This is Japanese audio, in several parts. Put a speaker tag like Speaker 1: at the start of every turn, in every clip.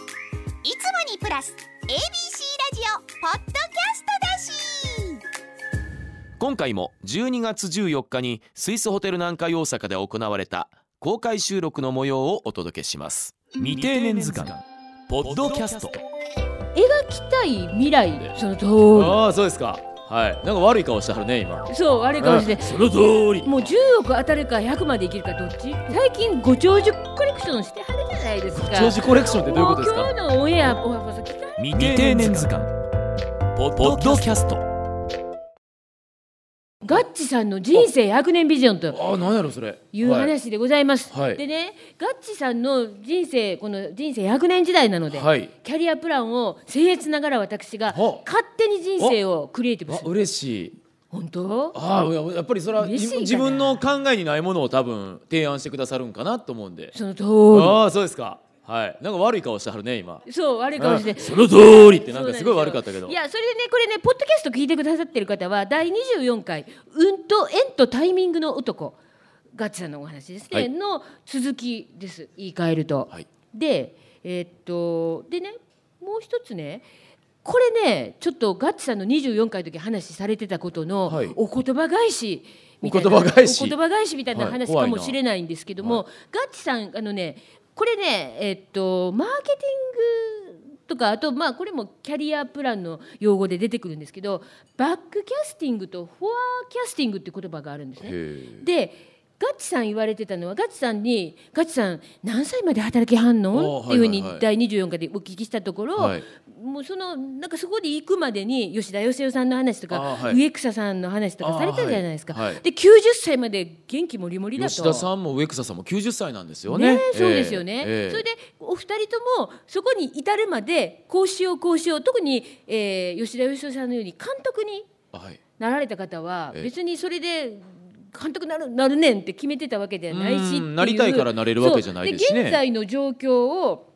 Speaker 1: いつもにプラス ABC ラジオポッドキャストだし
Speaker 2: 今回も12月14日にスイスホテル南海大阪で行われた公開収録の模様をお届けします未定年図鑑ポッドキャスト
Speaker 3: 描きたい未来その通
Speaker 2: ああそうですかはいなんか悪い顔してはるね今
Speaker 3: りそう悪いかもしれない
Speaker 2: その通り
Speaker 3: もう10億当たるか100までいけるかどっち最近ご長寿コレクションしてはるじゃないですか
Speaker 2: 長寿コレクションってどういうことです
Speaker 3: も
Speaker 2: か
Speaker 3: 今日のオンエアおはこさ来た
Speaker 2: 未定年図鑑ポッドキャスト
Speaker 3: ガッチさんの人生100年ビジョンと
Speaker 4: あ、なんやろそれ。
Speaker 3: いう話でございます、
Speaker 4: はい
Speaker 3: でねガッチさんの人生この人生100年時代なので、
Speaker 4: はい
Speaker 3: キャリアプランを僭越ながら私が
Speaker 4: は
Speaker 3: 勝手に人生をクリエイティブ
Speaker 4: あ
Speaker 3: す、る
Speaker 4: 嬉しい。
Speaker 3: 本当
Speaker 4: あ、ややっぱりそれは
Speaker 3: 嬉しいか
Speaker 4: 自
Speaker 3: な
Speaker 4: 自分の考えにないものを多分提案してくださるんかなと思うんで。
Speaker 3: その通
Speaker 4: ああ、そうですか。はい。なんか悪い顔してはるね今。
Speaker 3: りそう悪いかもしれない
Speaker 4: その通りってなんかすごい
Speaker 3: そう
Speaker 4: 悪
Speaker 3: な
Speaker 4: かっ
Speaker 3: んです
Speaker 4: た
Speaker 3: よ
Speaker 4: けど
Speaker 3: い。やそれでねこれねポッドキャスト聞いてくださってる方は第24回「運と縁とタイミングの男」ガッチさんのお話ですね、
Speaker 4: はい
Speaker 3: の続きです言い換えると。
Speaker 4: はい
Speaker 3: でえーっとでねもう一つねこれねちょっとガッチさんの24回の時話されてたことの、
Speaker 4: はい
Speaker 3: お言葉返しみたいな
Speaker 4: お言葉返し
Speaker 3: お言葉返しみたいな
Speaker 4: はい
Speaker 3: 話
Speaker 4: 怖
Speaker 3: か
Speaker 4: いな
Speaker 3: もしれないんですけども、ガッチさんあのねこれねえっとマーケティングとかあとまあこれもキャリアプランの用語で出てくるんですけどバックキャスティングとフォアキャスティングって言葉があるんですね。
Speaker 4: へ
Speaker 3: でガッチさん言われてたのはガッチさんに「ガッチさん何歳まで働きはんの?」
Speaker 4: あー
Speaker 3: っていうふうに
Speaker 4: はいはいは
Speaker 3: 第24回でお聞きしたところ、
Speaker 4: はい
Speaker 3: もうそのなんかそこで行くまでに吉田芳生さんの話とか、
Speaker 4: あーはい
Speaker 3: 植草さんの話とかされたじゃないですか。
Speaker 4: あーはいはい
Speaker 3: で90歳まで元気もりもり
Speaker 4: え。
Speaker 3: だと
Speaker 4: 吉田さんも植草さんも90歳なんですよ
Speaker 3: ね
Speaker 4: ね。
Speaker 3: えそうですよ
Speaker 4: え
Speaker 3: ね、
Speaker 4: えええ
Speaker 3: それでお二人ともそこに至るまでこうしようこうしよう特に、えー吉田芳生さんのように監督に
Speaker 4: はい。
Speaker 3: なられた方は
Speaker 4: ええ
Speaker 3: 別にそれで監督なるなるねんって決めてたわけではないしっていう
Speaker 4: うんなりたいからなれるわけじゃないですしね
Speaker 3: そう現在の状況を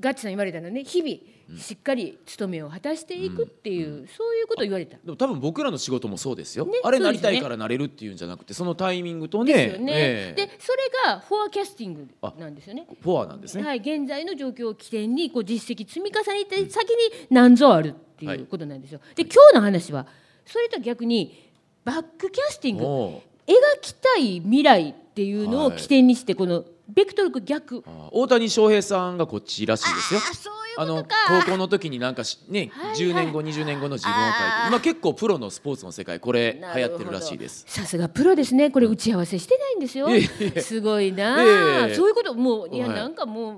Speaker 3: ガッチさん言われたのね日々しっかり務めを果たしていくっていう、そういうことを言われた。
Speaker 4: でも多分僕らの仕事もそうですよ。
Speaker 3: ね
Speaker 4: あれ
Speaker 3: そう
Speaker 4: な
Speaker 3: で
Speaker 4: り
Speaker 3: すね
Speaker 4: たいからなれるっていうんじゃなくてそのタイミングとね。
Speaker 3: ですよね、
Speaker 4: ええ
Speaker 3: でそれがフォアキャスティングなんですよね。
Speaker 4: フォアなんですね。
Speaker 3: はい、現在の状況を起点にこう実績積み重ねて先に何ぞあるっていうことなんですよ。で今日の話はそれと逆にバックキャスティング
Speaker 4: おう
Speaker 3: 描きたい未来っていうのを
Speaker 4: はい
Speaker 3: 起点にしてこのベクトルが逆
Speaker 4: あー大谷翔平さんがこっちらしいですよ。
Speaker 3: そう
Speaker 4: あの高校の時になんかしね、
Speaker 3: はいはい
Speaker 4: 10年後20年後の自分を書い
Speaker 1: あ
Speaker 4: て今結構プロのスポーツの世界これ
Speaker 3: な
Speaker 4: 流
Speaker 3: る
Speaker 4: 行っ
Speaker 3: ほど
Speaker 4: てるらしいです
Speaker 3: さすがプロですねこれ打ち合わせしてないんですよ
Speaker 4: いえいえ
Speaker 3: すごいなあ、
Speaker 4: ええ
Speaker 3: そういうこともういや
Speaker 4: はい
Speaker 3: なんかもう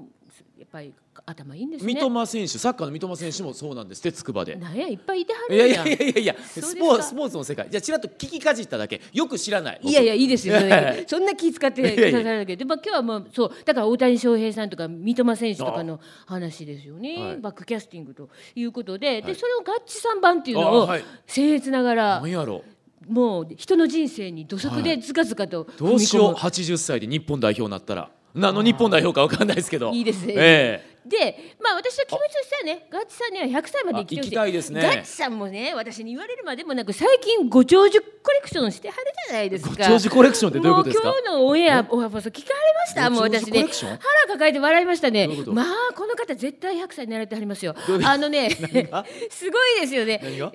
Speaker 3: やっぱり頭いいんですね
Speaker 4: 三笘選手サッカーの三笘選手もそうなんですって筑波で
Speaker 3: なんやいっぱいいてはいるん
Speaker 4: や
Speaker 3: や
Speaker 4: いやいやいやいや
Speaker 3: うです
Speaker 4: ス
Speaker 3: か
Speaker 4: ポースポーツの世界じゃあちらっと聞きかじっただけよく知らない
Speaker 3: いやいやいいですよそれだけ
Speaker 4: はい
Speaker 3: そんな気使ってくださるだけで、まあ、今日はもうそうだから大谷翔平さんとか三笘選手とかの話ですよね、
Speaker 4: はい
Speaker 3: バックキャスティングということで,、
Speaker 4: は
Speaker 3: で
Speaker 4: い
Speaker 3: それを合致三番っていうの
Speaker 4: あ
Speaker 3: を
Speaker 4: はい
Speaker 3: 僭越ながら
Speaker 4: 何やろ
Speaker 3: もう人の人生に土足でずかずかと踏み込む、
Speaker 4: どうしよう80歳で日本代表になったら何の日本代表かわかんないですけど
Speaker 3: いいですね
Speaker 4: ええ
Speaker 3: でまあ私は気持ちとしてはねガッチさんには100歳まで生きてほしい
Speaker 4: あ行きたいですね
Speaker 3: ガッチさんもね私に言われるまでもなく最近ご長寿コレクションしてはるじゃないですか
Speaker 4: ご長寿コレクションってどういうことですか
Speaker 3: もう今日のオンエアおはこそ聞かれましたもう
Speaker 4: ご長寿
Speaker 3: 私ね
Speaker 4: コレクション
Speaker 3: 腹抱えて笑いましたね
Speaker 4: どういうこと
Speaker 3: まあこの方絶対100歳になられてはりますよ
Speaker 4: どういう
Speaker 3: あのね
Speaker 4: が
Speaker 3: すごいですよね
Speaker 4: 何が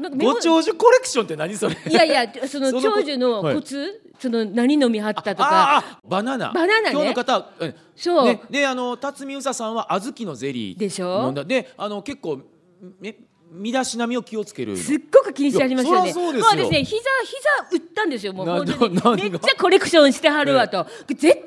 Speaker 3: なんかメモ
Speaker 4: ご長寿コレクションって何それ
Speaker 3: いやいやそ の
Speaker 4: その
Speaker 3: 長寿のコツ、その何飲みはったとか
Speaker 4: あーバナナ
Speaker 3: バナナね
Speaker 4: 今日の方はうん
Speaker 3: そう
Speaker 4: ね、であの辰巳うささんは小豆のゼリー
Speaker 3: でしょ
Speaker 4: 飲んだであの結構み身だしなみを気をつける
Speaker 3: すっごく気にしてありましたよね。
Speaker 4: いやそりゃそうですよ
Speaker 3: もう私ね膝膝打ったんですよ。もう
Speaker 4: な
Speaker 3: 本当に
Speaker 4: な何
Speaker 3: め
Speaker 4: が
Speaker 3: っちゃコレクションしてはるわと。絶対狙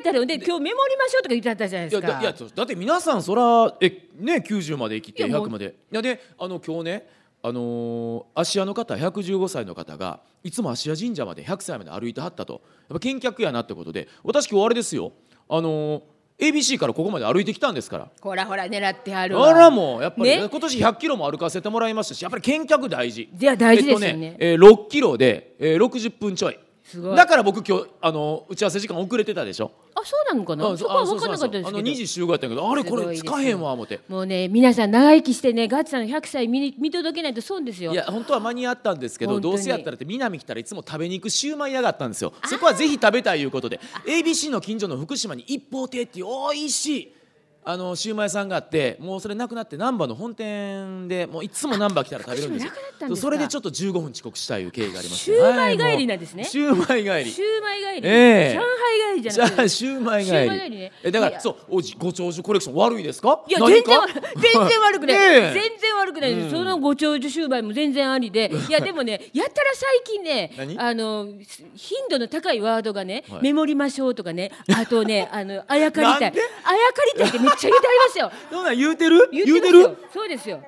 Speaker 3: ってはる。で今日メモりましょうとか言ってはったじゃない
Speaker 4: い
Speaker 3: です
Speaker 4: や
Speaker 3: か。
Speaker 4: だいやだって皆さんそらえね90まで生きて
Speaker 3: いやもう
Speaker 4: 100までいやであの今日ねあのー芦屋の方115歳の方がいつも芦屋神社まで100歳まで歩いてはったとやっぱ見客やなってことで私今日あれですよあのー ABC からここまで歩いてきたんですから
Speaker 3: ほらほら狙ってはるわ。
Speaker 4: あらもうやっぱり、
Speaker 3: ね
Speaker 4: 今年100キロも歩かせてもらいましたしやっぱり見客大事
Speaker 3: いや大事ですよ
Speaker 4: え
Speaker 3: ね
Speaker 4: っとえー6キロで、えー、60分ちょい
Speaker 3: すごい
Speaker 4: だから僕今日あの打ち合わせ時間遅れてたでしょ
Speaker 3: あそうなのかな。そこは分かんなかったです
Speaker 4: あ
Speaker 3: け
Speaker 4: の
Speaker 3: ど。
Speaker 4: 2時集合やったんやけどあれこ
Speaker 3: すごい
Speaker 4: れ
Speaker 3: です
Speaker 4: つ
Speaker 3: ね
Speaker 4: かへんわ思って
Speaker 3: もうね皆さん長生きしてねガッツさんの100歳見に見届けないと損ですよ。
Speaker 4: いや本当は間に合ったんですけど
Speaker 3: 本当
Speaker 4: ど
Speaker 3: に
Speaker 4: うせやったらって南来たらいつも食べに行くシューマイ屋があったんですよそこはぜひ食べたいいうことで ABC の近所の福島に一方亭っていう美味しいあのシューマイさんがあってもうそれなくなって難波の本店でもういつも難波来たら食べるんですよ
Speaker 3: あそうなくなったんですか
Speaker 4: それでちょっと15分遅刻したいう経緯がありまして
Speaker 3: シューマイ帰りなんですね
Speaker 4: はいもうシューマイ帰り
Speaker 3: シューマイ帰り、
Speaker 4: ええ
Speaker 3: 上海帰りじ
Speaker 4: じ
Speaker 3: ゃ
Speaker 4: ゃ
Speaker 3: なく て
Speaker 4: あシューマイ帰
Speaker 3: シュー
Speaker 4: り
Speaker 3: マイ帰りね
Speaker 4: えだか
Speaker 3: いや
Speaker 4: らそうおじご長寿コレクション悪いですか
Speaker 3: いや
Speaker 4: 何
Speaker 3: 全
Speaker 4: か
Speaker 3: 然悪全然悪くない、
Speaker 4: ねえ
Speaker 3: 全然悪くないです、そのご長寿シューマイも全然ありでいやでもね やたら最近ね
Speaker 4: 何
Speaker 3: あのす頻度の高いワードがね、
Speaker 4: はい
Speaker 3: メモりましょうとかねあ とねあのあやかりた
Speaker 4: ないんで
Speaker 3: あやかりたいってめっちゃ言ってありますよ
Speaker 4: どうなん 言うてる
Speaker 3: 言ってますよそうですよ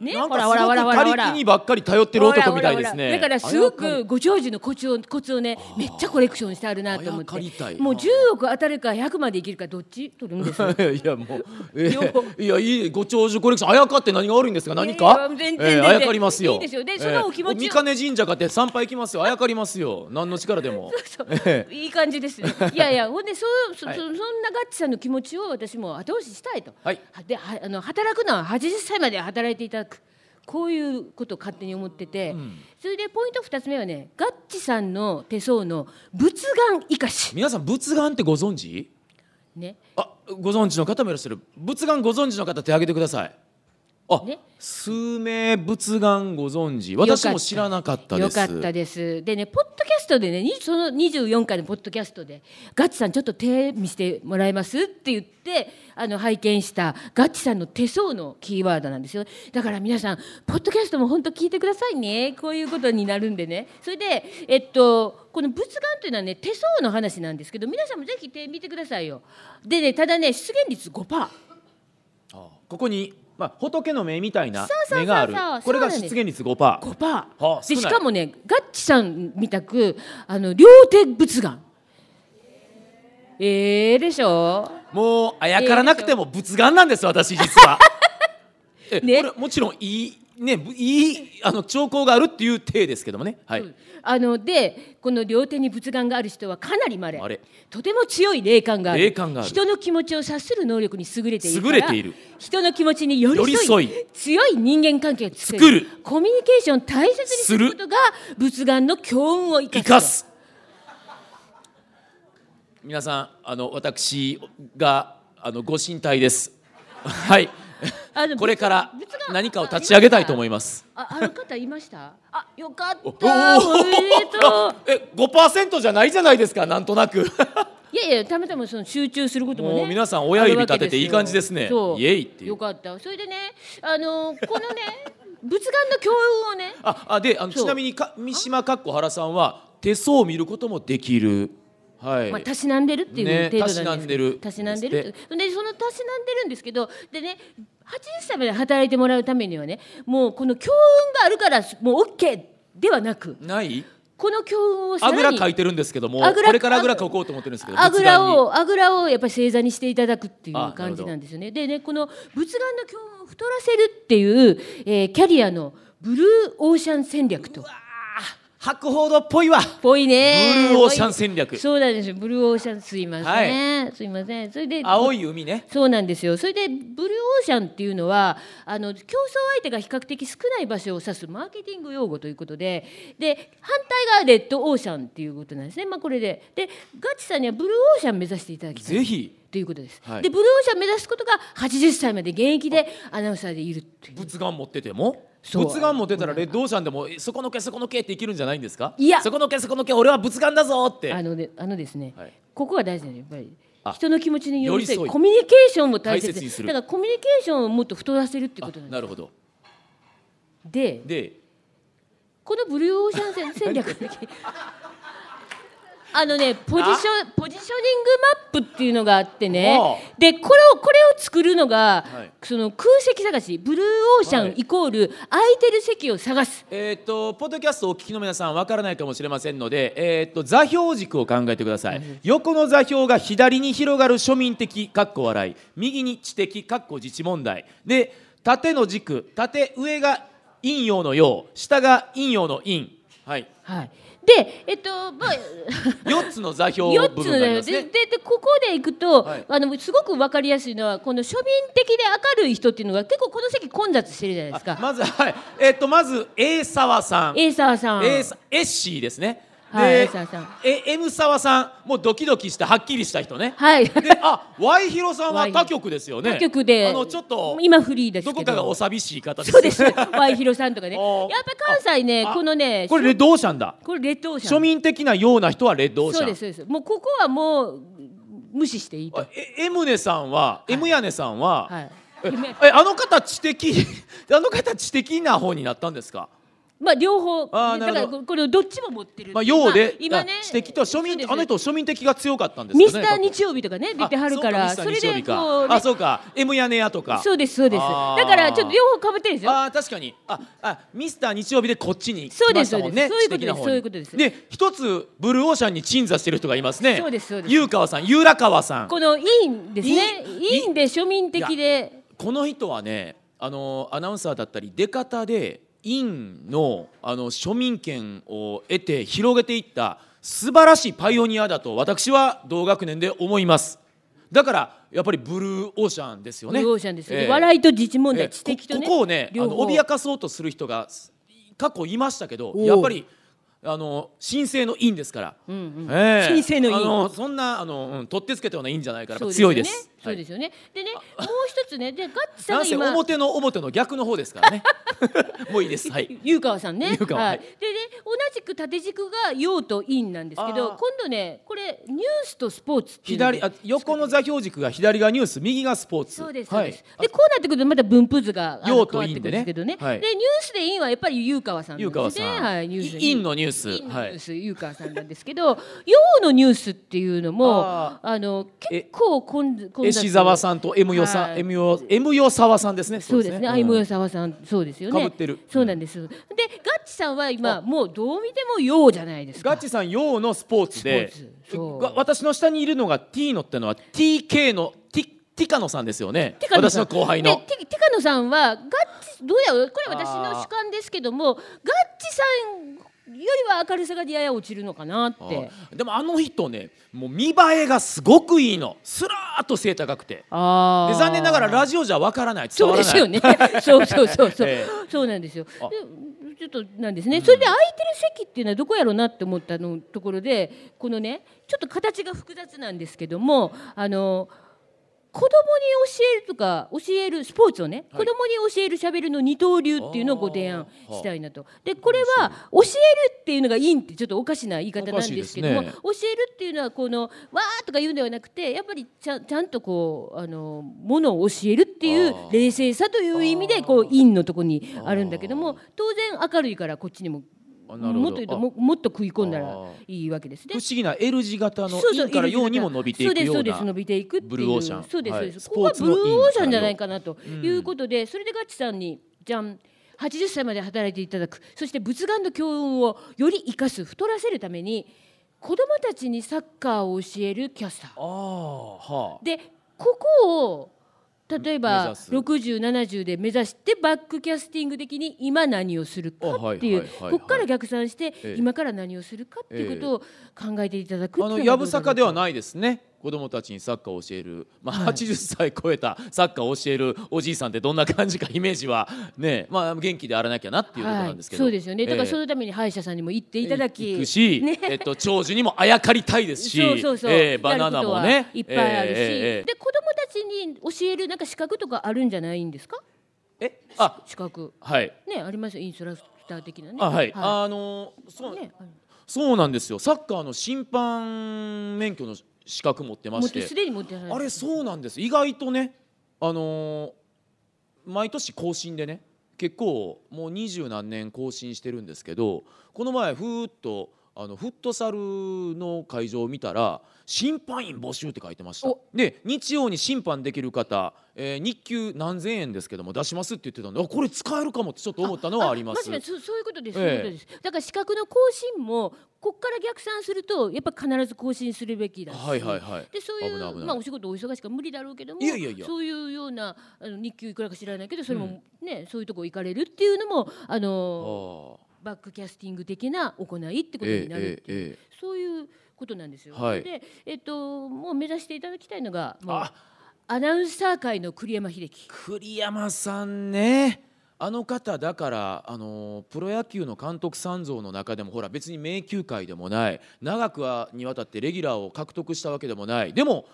Speaker 3: ね
Speaker 4: なん
Speaker 3: ほ
Speaker 4: からす
Speaker 3: ほ
Speaker 4: ご
Speaker 3: らほ
Speaker 4: く
Speaker 3: らほら
Speaker 4: 他
Speaker 3: ほら
Speaker 4: 力にばっかり頼ってる男みたいです
Speaker 3: ほ
Speaker 4: ね
Speaker 3: らほらほらだからすご
Speaker 4: あやか
Speaker 3: くご長寿のコツをコツをねめっちゃコレクションしてあるなと
Speaker 4: あ
Speaker 3: 思っ
Speaker 4: やかりた
Speaker 3: て
Speaker 4: い
Speaker 3: もう10億当たるか100までいけるかどっち取るんです か
Speaker 4: いやもう、え
Speaker 3: よ
Speaker 4: いやいいご長寿コレクションあやかって何が悪いんですか何か
Speaker 3: いやいや全然
Speaker 4: え
Speaker 3: 全然
Speaker 4: あやかりますよ
Speaker 3: いいですよでそのお気持ちを
Speaker 4: え三金神社かって参拝行きますよあやかりますよ何の力でも
Speaker 3: そう
Speaker 4: え
Speaker 3: いい感じで すね。いやいや、ほんで、そう、そ、そ
Speaker 4: はい
Speaker 3: そんなガッチさんの気持ちを私も後押ししたいと。
Speaker 4: はい
Speaker 3: で、はあの、働くのは80歳まで働いていただく。こういうことを勝手に思ってて、それでポイント2つ目はねガッチさんの手相の仏眼生かし、
Speaker 4: 皆さん仏眼ってご存知
Speaker 3: ね、
Speaker 4: あご存知の方もいらっしゃる仏眼ご存知の方手挙げてくださいあ、
Speaker 3: ね
Speaker 4: 数名仏眼ご存知私も知らなかったです
Speaker 3: よかったです。でね、ポッドキャストでね、にその24回のポッドキャストで、ガッチさんちょっと手見せてもらえますって言って、あの拝見したガッチさんの手相のキーワードなんですよ。だから皆さん、ポッドキャストも本当聞いてくださいね。こういうことになるんでね。それで、えっと、この仏眼というのはね、手相の話なんですけど、皆さんもぜひ手見てくださいよ。でね、ただね、出現率5%。
Speaker 4: あここにまあ仏の目みたいな
Speaker 3: そうそうそうそう
Speaker 4: 目があるこれが
Speaker 3: そうなん
Speaker 4: 出
Speaker 3: で
Speaker 4: 現
Speaker 3: す
Speaker 4: 率5%パー
Speaker 3: 5%、
Speaker 4: はあ
Speaker 3: で
Speaker 4: 少
Speaker 3: し
Speaker 4: ない
Speaker 3: かもねガッチさんみたくあの両手仏眼ええでしょ
Speaker 4: もうあやからなくても仏眼なんです私実 はえ、
Speaker 3: ね
Speaker 4: これもちろんいいねぶいいあの兆候があるっていう体ですけどもねはい、
Speaker 3: あのでこの両手に仏眼がある人はかなりま
Speaker 4: 稀
Speaker 3: れとても強い霊感がある
Speaker 4: 霊感がある
Speaker 3: 人の気持ちを察する能力に優れているから
Speaker 4: 優れている
Speaker 3: 人の気持ちに寄り添い
Speaker 4: 寄り添い
Speaker 3: 強い人間関係を作る
Speaker 4: 作る
Speaker 3: コミュニケーションを大切にする
Speaker 4: す
Speaker 3: こ
Speaker 4: る
Speaker 3: とが仏眼の強運を生か
Speaker 4: 生
Speaker 3: す
Speaker 4: かす皆さんあの私があのご神体ですはい
Speaker 3: あの
Speaker 4: これから
Speaker 3: 仏眼
Speaker 4: 何かを立ち上げたいと思います
Speaker 3: あ、あの方いました。あ、よかった。お
Speaker 4: おー
Speaker 3: めでとう。
Speaker 4: え5%じゃないじゃないですかなんとなく
Speaker 3: いやいや、たまたまその集中することもね。
Speaker 4: もう皆さん親指立てていい感じですね
Speaker 3: あるわけ
Speaker 4: イエ
Speaker 3: ですよ
Speaker 4: イっていう
Speaker 3: よかった。それでね、あのこのね、仏眼の強運をね。
Speaker 4: ああであの
Speaker 3: そう
Speaker 4: ちなみにか三島かっこ原さんは手相を見ることもできるはい、
Speaker 3: まあ、たしなんでるっていう
Speaker 4: ね
Speaker 3: 程度なんですけど、
Speaker 4: た
Speaker 3: た
Speaker 4: し
Speaker 3: し
Speaker 4: な
Speaker 3: なんん
Speaker 4: で
Speaker 3: で
Speaker 4: る
Speaker 3: る
Speaker 4: って
Speaker 3: ってでそのたしなんでるんですけどでね80歳まで働いてもらうためにはねもうこの強運があるからもう OK ではなく
Speaker 4: ない
Speaker 3: この強運をさ
Speaker 4: あぐ
Speaker 3: ら
Speaker 4: ら
Speaker 3: に
Speaker 4: かいてるんですけども
Speaker 3: あぐら
Speaker 4: これからあぐらかこうと思ってるんですけど
Speaker 3: あぐら
Speaker 4: 仏壇に
Speaker 3: をあぐらをやっぱり正座にしていただくってい
Speaker 4: あ
Speaker 3: う感じなんですよね。でねこの仏眼の強運を太らせるっていう、えーキャリアのブルーオーシャン戦略と。
Speaker 4: 博報堂っぽいわ
Speaker 3: ぽいね。
Speaker 4: ブルーオーシャン戦略
Speaker 3: ぽいそうなんですよ。ブルーオーシャンすいません、すいません。それで
Speaker 4: 青い海ね
Speaker 3: そうなんですよ。それでブルーオーシャンっていうのはあの競争相手が比較的少ない場所を指すマーケティング用語ということで、で反対がレッドオーシャンっていうことなんですね。まあこれで、でガチさんにはブルーオーシャン目指していただきたい。
Speaker 4: ぜひ
Speaker 3: ということです。
Speaker 4: はい
Speaker 3: でブルーオーシャン目指すことが80歳まで現役でアナウンサーでいるっていう。
Speaker 4: 仏眼持ってても
Speaker 3: そう
Speaker 4: 仏眼持ってたらレッドオーシャンでもえそこのけそこのけって生きるんじゃないんですか
Speaker 3: いや
Speaker 4: そこのけそこのけ俺は仏眼だぞって
Speaker 3: あのねあのですね、
Speaker 4: はい
Speaker 3: ここが大事なのよやっぱり
Speaker 4: あ。
Speaker 3: 人の気持ちに寄り添い
Speaker 4: 寄り添い
Speaker 3: コミュニケーションも大切
Speaker 4: 大切にする
Speaker 3: だからコミュニケーションをもっと太らせるってことなん
Speaker 4: あな
Speaker 3: です
Speaker 4: るほど
Speaker 3: で
Speaker 4: で
Speaker 3: このブルーオーシャン戦戦略だけあのねポジションポジショニングマップっていうのがあってね
Speaker 4: はあ
Speaker 3: でこれをこれを作るのが、
Speaker 4: はい
Speaker 3: その空席探しブルーオーシャ
Speaker 4: はい
Speaker 3: ンイコール空いてる席を探す、
Speaker 4: えー、とポッドキャストをお聞きの皆さん分からないかもしれませんので、えー、と座標軸を考えてください横の座標が左に広がる庶民的かっこ笑い右に知的かっこ自治問題で縦の軸縦上が陰陽の陽下が陰陽の陰、はい、
Speaker 3: はい、でえっ とまあ
Speaker 4: 4つの座標
Speaker 3: 4
Speaker 4: 部
Speaker 3: つ
Speaker 4: 分
Speaker 3: の
Speaker 4: があり
Speaker 3: で
Speaker 4: ます
Speaker 3: で
Speaker 4: ね
Speaker 3: でここでいくと、
Speaker 4: はい
Speaker 3: あのすごく分かりやすいのはこの庶民的で明るい人っていうのが結構この席混雑してるじゃないです
Speaker 4: あ
Speaker 3: か。
Speaker 4: まずはいえー、とまず A 沢さん
Speaker 3: A 沢さん
Speaker 4: A さエッシーですね
Speaker 3: はい、
Speaker 4: で
Speaker 3: 安田さん。
Speaker 4: え M 沢さんもうドキドキしたはっきりした人ね
Speaker 3: はい。
Speaker 4: であ Y ヒロさんは他局ですよね
Speaker 3: 他局で。
Speaker 4: あのちょっと
Speaker 3: 今フリーです
Speaker 4: ど
Speaker 3: けど。
Speaker 4: こかがお寂しい方です
Speaker 3: そうです。 ワイヒロさんとかね。
Speaker 4: あ
Speaker 3: や
Speaker 4: ー
Speaker 3: っぱ関西ね、
Speaker 4: あ
Speaker 3: このね、
Speaker 4: これレッドオーシャンだ
Speaker 3: これレッドオーシャン。
Speaker 4: 庶民的なような人はレッドオーシャン
Speaker 3: そうですそうです。もうここはもう無視していいと。
Speaker 4: あえ M ねさんは、
Speaker 3: い
Speaker 4: M やねさんは、
Speaker 3: はい。
Speaker 4: え
Speaker 3: 夢
Speaker 4: えあの方知的 あの方知的な方になったんですか
Speaker 3: まあ両方
Speaker 4: あー
Speaker 3: だ
Speaker 4: な
Speaker 3: か
Speaker 4: るほど
Speaker 3: らここれをどっちも持ってる。
Speaker 4: まあようで、
Speaker 3: 今ね
Speaker 4: あ知的と庶民、
Speaker 3: そうです
Speaker 4: あの人庶民的が強かったんですよね。
Speaker 3: ミスター日曜日とかね出てはるから
Speaker 4: あ
Speaker 3: そ
Speaker 4: そうかミ
Speaker 3: れ
Speaker 4: スター日曜
Speaker 3: で
Speaker 4: 日か
Speaker 3: こうね
Speaker 4: あそうか M やねやとか。
Speaker 3: そうですそうです。
Speaker 4: あー
Speaker 3: だからちょっと両方被ってるんですよ。
Speaker 4: あー確かにああミスター日曜日でこっちに
Speaker 3: そう
Speaker 4: 来
Speaker 3: で
Speaker 4: ますしたもんね
Speaker 3: そうですそういう
Speaker 4: 知
Speaker 3: こと
Speaker 4: 的
Speaker 3: で
Speaker 4: な
Speaker 3: す
Speaker 4: 方にで一つブルーオーシャンに鎮座してる人がいますね
Speaker 3: そうですそうです
Speaker 4: ゆうかわさんゆうらかわさんこ
Speaker 3: この委員ですね。
Speaker 4: いい
Speaker 3: 委員で庶民的で。
Speaker 4: の人はねあのアナウンサーだったり出方でインのあの庶民権を得て広げていった素晴らしいパイオニアだと私は同学年で思いますだからやっぱりブルーオーシャンですよ
Speaker 3: ブ
Speaker 4: ね
Speaker 3: ルーオーシャンですよね、
Speaker 4: ええ
Speaker 3: 笑いと自治問題、
Speaker 4: ええ
Speaker 3: 知的とね
Speaker 4: こここをねあ
Speaker 3: 両
Speaker 4: の
Speaker 3: 方
Speaker 4: 脅かそうとする人がす過去いましたけど
Speaker 3: おう
Speaker 4: やっぱりあの神聖の院ですから、
Speaker 3: うんうん
Speaker 4: ええ
Speaker 3: 神聖の院
Speaker 4: あのそんなあの、うん取ってつけたような院じゃないから
Speaker 3: そう
Speaker 4: やっぱ
Speaker 3: よ
Speaker 4: 強い
Speaker 3: ね
Speaker 4: です
Speaker 3: そうですよね。でね、もう一つね、で、ガッツさん
Speaker 4: な
Speaker 3: が
Speaker 4: んせ
Speaker 3: 今。
Speaker 4: 表の表の逆の方ですからね もういいですはい
Speaker 3: ゆうかわさんね。
Speaker 4: ゆうかわ
Speaker 3: は。
Speaker 4: はいい
Speaker 3: でね、同じく縦軸が陽と陰なんです
Speaker 4: あ
Speaker 3: けど、今
Speaker 4: ー
Speaker 3: 度ね、これニュースとスポーツっていうのが
Speaker 4: 左あ横の座標軸が左がニュース右がスポーツ
Speaker 3: そうです。そう
Speaker 4: は
Speaker 3: で
Speaker 4: い
Speaker 3: す、で、こうなってくるとまた分布図があの
Speaker 4: 陽と
Speaker 3: 変わってくるんですけどね。
Speaker 4: 陰でねはい
Speaker 3: で、ニュースで陰はやっぱりゆうかわさんなん
Speaker 4: ゆう
Speaker 3: です
Speaker 4: か
Speaker 3: ね。
Speaker 4: わさん、
Speaker 3: はい、ニュースで
Speaker 4: 院のニュース
Speaker 3: 陰のニ
Speaker 4: は
Speaker 3: ュー
Speaker 4: い
Speaker 3: ス、ゆうかわさんなんですけど、陽のニュースっていうのも、あ
Speaker 4: あ
Speaker 3: の結構混ず混雑
Speaker 4: 江沢さんと M よさん、
Speaker 3: はい
Speaker 4: M よ M よ沢さんですね
Speaker 3: そうですね。あいも
Speaker 4: うん
Speaker 3: よさわさん、そうですよね。
Speaker 4: 被ってる
Speaker 3: そうなんです。で、ガッチさんは今もうどう見てもようじゃないですか。
Speaker 4: ガチさん用のスポーツで
Speaker 3: スポーツそう
Speaker 4: が私の下にいるのが T のってのは TK のティティカノさんですよね
Speaker 3: ティカノ
Speaker 4: 私
Speaker 3: さん
Speaker 4: の後輩
Speaker 3: ね
Speaker 4: の
Speaker 3: ティティカノさんはガッチどうやろうこれは私の主観ですけども、ガッチさんよりは明るさがやや落ちるのかなって。
Speaker 4: あーでもあの人ねもう見栄えがすごくいいのスラーっと背高くて
Speaker 3: あ
Speaker 4: で残念ながらラ
Speaker 3: ジ
Speaker 4: ジオじゃわからない伝
Speaker 3: そう
Speaker 4: わ
Speaker 3: で
Speaker 4: らない
Speaker 3: すよね。 そうそうそうそう、
Speaker 4: ええ
Speaker 3: そうなんですよ。
Speaker 4: あ
Speaker 3: でちょっとなんですね、それで空いてる席っていうのはどこやろうなって思ったのところでこのねちょっと形が複雑なんですけどもあの子供に教えるとか教えるスポーツをね、
Speaker 4: はい
Speaker 3: 子供に教えるしゃべるの二刀流っていうのをご提案
Speaker 4: あー
Speaker 3: したいなと。でこれは教えるっていうのがいいんってちょっとおかしな言い方なんですけども、
Speaker 4: おかしいですね
Speaker 3: 教えるっていうのはこのわーとか言うんではなくてやっぱりちゃんちゃんとこうあのものを教えるっていう
Speaker 4: あー
Speaker 3: 冷静さという意味でこう陰のとこにあるんだけども当然明るいからこっちにも
Speaker 4: あなるほど
Speaker 3: もっと言うと
Speaker 4: あ
Speaker 3: ももっと食い込んだら
Speaker 4: あー
Speaker 3: いいわけです
Speaker 4: 不
Speaker 3: ね。
Speaker 4: 思議な L 字型の
Speaker 3: そうそう
Speaker 4: インから
Speaker 3: 入り口
Speaker 4: 用にも伸びていくよう
Speaker 3: そうですそうです伸
Speaker 4: な
Speaker 3: びていくっていう
Speaker 4: ブルーオーシャン
Speaker 3: そうです
Speaker 4: は
Speaker 3: そ
Speaker 4: いう
Speaker 3: です、
Speaker 4: ス
Speaker 3: ここ
Speaker 4: ポ
Speaker 3: は
Speaker 4: ー
Speaker 3: ブ
Speaker 4: ツ
Speaker 3: ル
Speaker 4: の
Speaker 3: ーオーシャンじゃ
Speaker 4: 陰
Speaker 3: ないかなということで、それでガッチさんにじゃん80歳まで働いていただくそして仏眼の教運をより生かす太らせるために子どもたちにサッカーを教えるキャスター
Speaker 4: ああはあ
Speaker 3: でここを例え
Speaker 4: 目
Speaker 3: ば
Speaker 4: 指す
Speaker 3: 6070で目指してバックキャスティング的に今何をするか
Speaker 4: あはい
Speaker 3: っていう
Speaker 4: はいはいはい
Speaker 3: ここから逆算して
Speaker 4: ええ
Speaker 3: 今から何をするかっていうことを考えていただくってい
Speaker 4: あ
Speaker 3: う
Speaker 4: の
Speaker 3: が
Speaker 4: やぶさかでは
Speaker 3: どうだろう
Speaker 4: ないですね子供たちにサッカーを教える、まあ、80歳超えたサッカーを教えるおじいさんってどんな感じかイメージはね、まあ、元気であらなきゃなっていうことなんですけど、
Speaker 3: はい、そうですよねだから
Speaker 4: ええ
Speaker 3: そのために歯医者さんにも行っていただき、
Speaker 4: 行くし、
Speaker 3: ね
Speaker 4: えっと、長寿にもあやかりたいですし
Speaker 3: そうそうそう、
Speaker 4: ええバナナも
Speaker 3: やる
Speaker 4: ね
Speaker 3: ことはいっぱいあるし、
Speaker 4: えええええ
Speaker 3: で子供たちに教えるなんか資格とかあるんじゃないんですか
Speaker 4: ええあ
Speaker 3: 資格
Speaker 4: はい
Speaker 3: ねありますよインストラクター的なね
Speaker 4: あはい、あのーそう、
Speaker 3: ね
Speaker 4: そうなんですよサッカーの審判免許の資格持ってま
Speaker 3: 持っ
Speaker 4: してて
Speaker 3: すでに持ってはる
Speaker 4: あれそうなんです意外とねあのー毎年更新でね結構もう二十何年更新してるんですけどこの前ふーっとあのフットサルの会場を見たら審判員募集って書いてました
Speaker 3: お
Speaker 4: で日曜に審判できる方、えー日給何千円ですけども出しますって言ってたんであこれ使えるかもってちょっと思ったのはあります
Speaker 3: 確かにそうそういうことです、
Speaker 4: ええ
Speaker 3: そういうことです。だから資格の更新もここから逆算するとやっぱ必ず更新するべきだし。
Speaker 4: はいはいはい
Speaker 3: でそういう
Speaker 4: 危ない危ない
Speaker 3: まあお仕事お忙しいから無理だろうけども
Speaker 4: いやいやいや
Speaker 3: そういうようなあの日給いくらか知らないけどそれもね、そういうとこ行かれるっていうのもあ
Speaker 4: あ
Speaker 3: の
Speaker 4: ー
Speaker 3: バックキャスティング的な行いってこと
Speaker 4: え
Speaker 3: に
Speaker 4: え
Speaker 3: なるっていう、
Speaker 4: ええええ
Speaker 3: そういうことなんですよ。
Speaker 4: はい
Speaker 3: でえっともう目指していただきたいのがもう
Speaker 4: あ
Speaker 3: アナウンサー界の栗山英樹。
Speaker 4: 栗山さんねあの方だからあのプロ野球の監督三像の中でもほら別に名球会でもない長くはにわたってレギュラーを獲得したわけでもないでも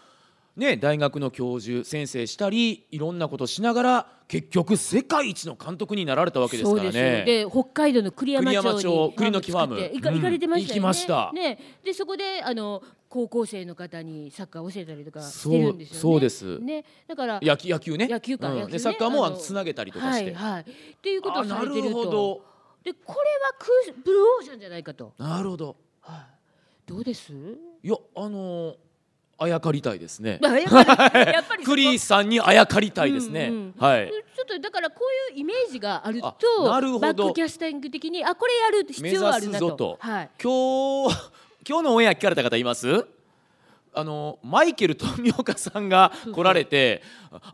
Speaker 4: ね大学の教授先生したりいろんなことしながら結局世界一の監督になられたわけですからね。
Speaker 3: そうですよで北海道の栗山町に
Speaker 4: 栗山町栗の木ファーム
Speaker 3: 作って行か
Speaker 4: うん
Speaker 3: 行かれてました
Speaker 4: 行き
Speaker 3: よね。
Speaker 4: ました
Speaker 3: ね、でそこであの高校生の方にサッカーを教えたりとかし
Speaker 4: そう
Speaker 3: てるんですよね。
Speaker 4: そうです
Speaker 3: ね、だから
Speaker 4: 野球野球ね
Speaker 3: 野球か、
Speaker 4: うん
Speaker 3: 野球ね
Speaker 4: でサッカーもあの
Speaker 3: あの
Speaker 4: つなげたりとかして、
Speaker 3: はいはい、っていうこと
Speaker 4: あ
Speaker 3: をさ
Speaker 4: な
Speaker 3: れて
Speaker 4: る
Speaker 3: る
Speaker 4: ほ
Speaker 3: と。
Speaker 4: ど
Speaker 3: でこれはクーブルーオーシャンじゃないかと。
Speaker 4: なるほど
Speaker 3: どうです？
Speaker 4: いやあのーあやかりたいですね
Speaker 3: まあやっぱりやっぱりそこ
Speaker 4: クリーさんにあやかりたいですね、
Speaker 3: うんうん
Speaker 4: はい
Speaker 3: ちょっとだからこういうイメージがあると
Speaker 4: あなるほど
Speaker 3: バックキャスティング的にあこれやる必
Speaker 4: 目
Speaker 3: 要
Speaker 4: 指
Speaker 3: はある
Speaker 4: す
Speaker 3: な
Speaker 4: ぞ
Speaker 3: と
Speaker 4: と、
Speaker 3: はい、
Speaker 4: 今日 今日のオンエア聞かれた方いますあのマイケル富岡さんが来られて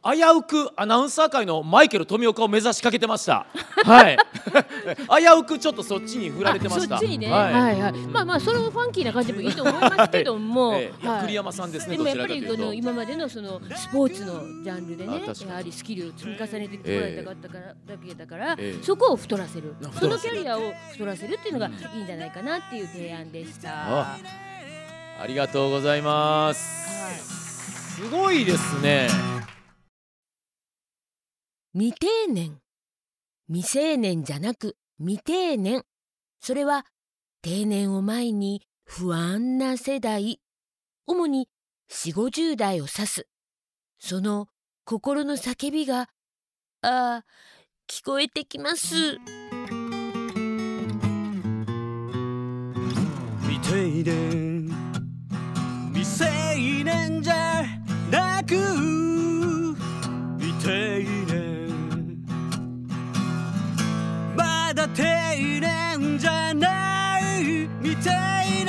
Speaker 4: 危うくアナウンサー界のマイケル富岡を目指しかけてましたはい 危うくちょっとそっちに振られてました
Speaker 3: あそっちにね、
Speaker 4: は
Speaker 3: はいい、はいまあまあそのファンキーな感じもいいと思いますけど も、
Speaker 4: ええいや
Speaker 3: はい
Speaker 4: 栗山さんですね
Speaker 3: で
Speaker 4: ど
Speaker 3: もや
Speaker 4: ち
Speaker 3: っ
Speaker 4: ら
Speaker 3: ぱ
Speaker 4: かとい
Speaker 3: り
Speaker 4: うと
Speaker 3: あの今までのそのスポーツのジャンルで
Speaker 4: あ
Speaker 3: ね
Speaker 4: 確かに
Speaker 3: やはりスキルを積み重ねてこられたかったから、だけだから、
Speaker 4: ええ
Speaker 3: そこを太らせる
Speaker 4: あ
Speaker 3: そ
Speaker 4: 太ら
Speaker 3: の
Speaker 4: せ
Speaker 3: キ
Speaker 4: る
Speaker 3: ャリアを太らせるっていうのがいいんじゃないかなっていう提案でした。
Speaker 4: あありがとうございます、すごいですね
Speaker 3: 未定年未成年じゃなく未定年それは定年を前に不安な世代主に4 5 0代を指すその心の叫びがああ聞こえてきます
Speaker 5: 未定年未成年じゃなく未定年まだ定年じゃない未定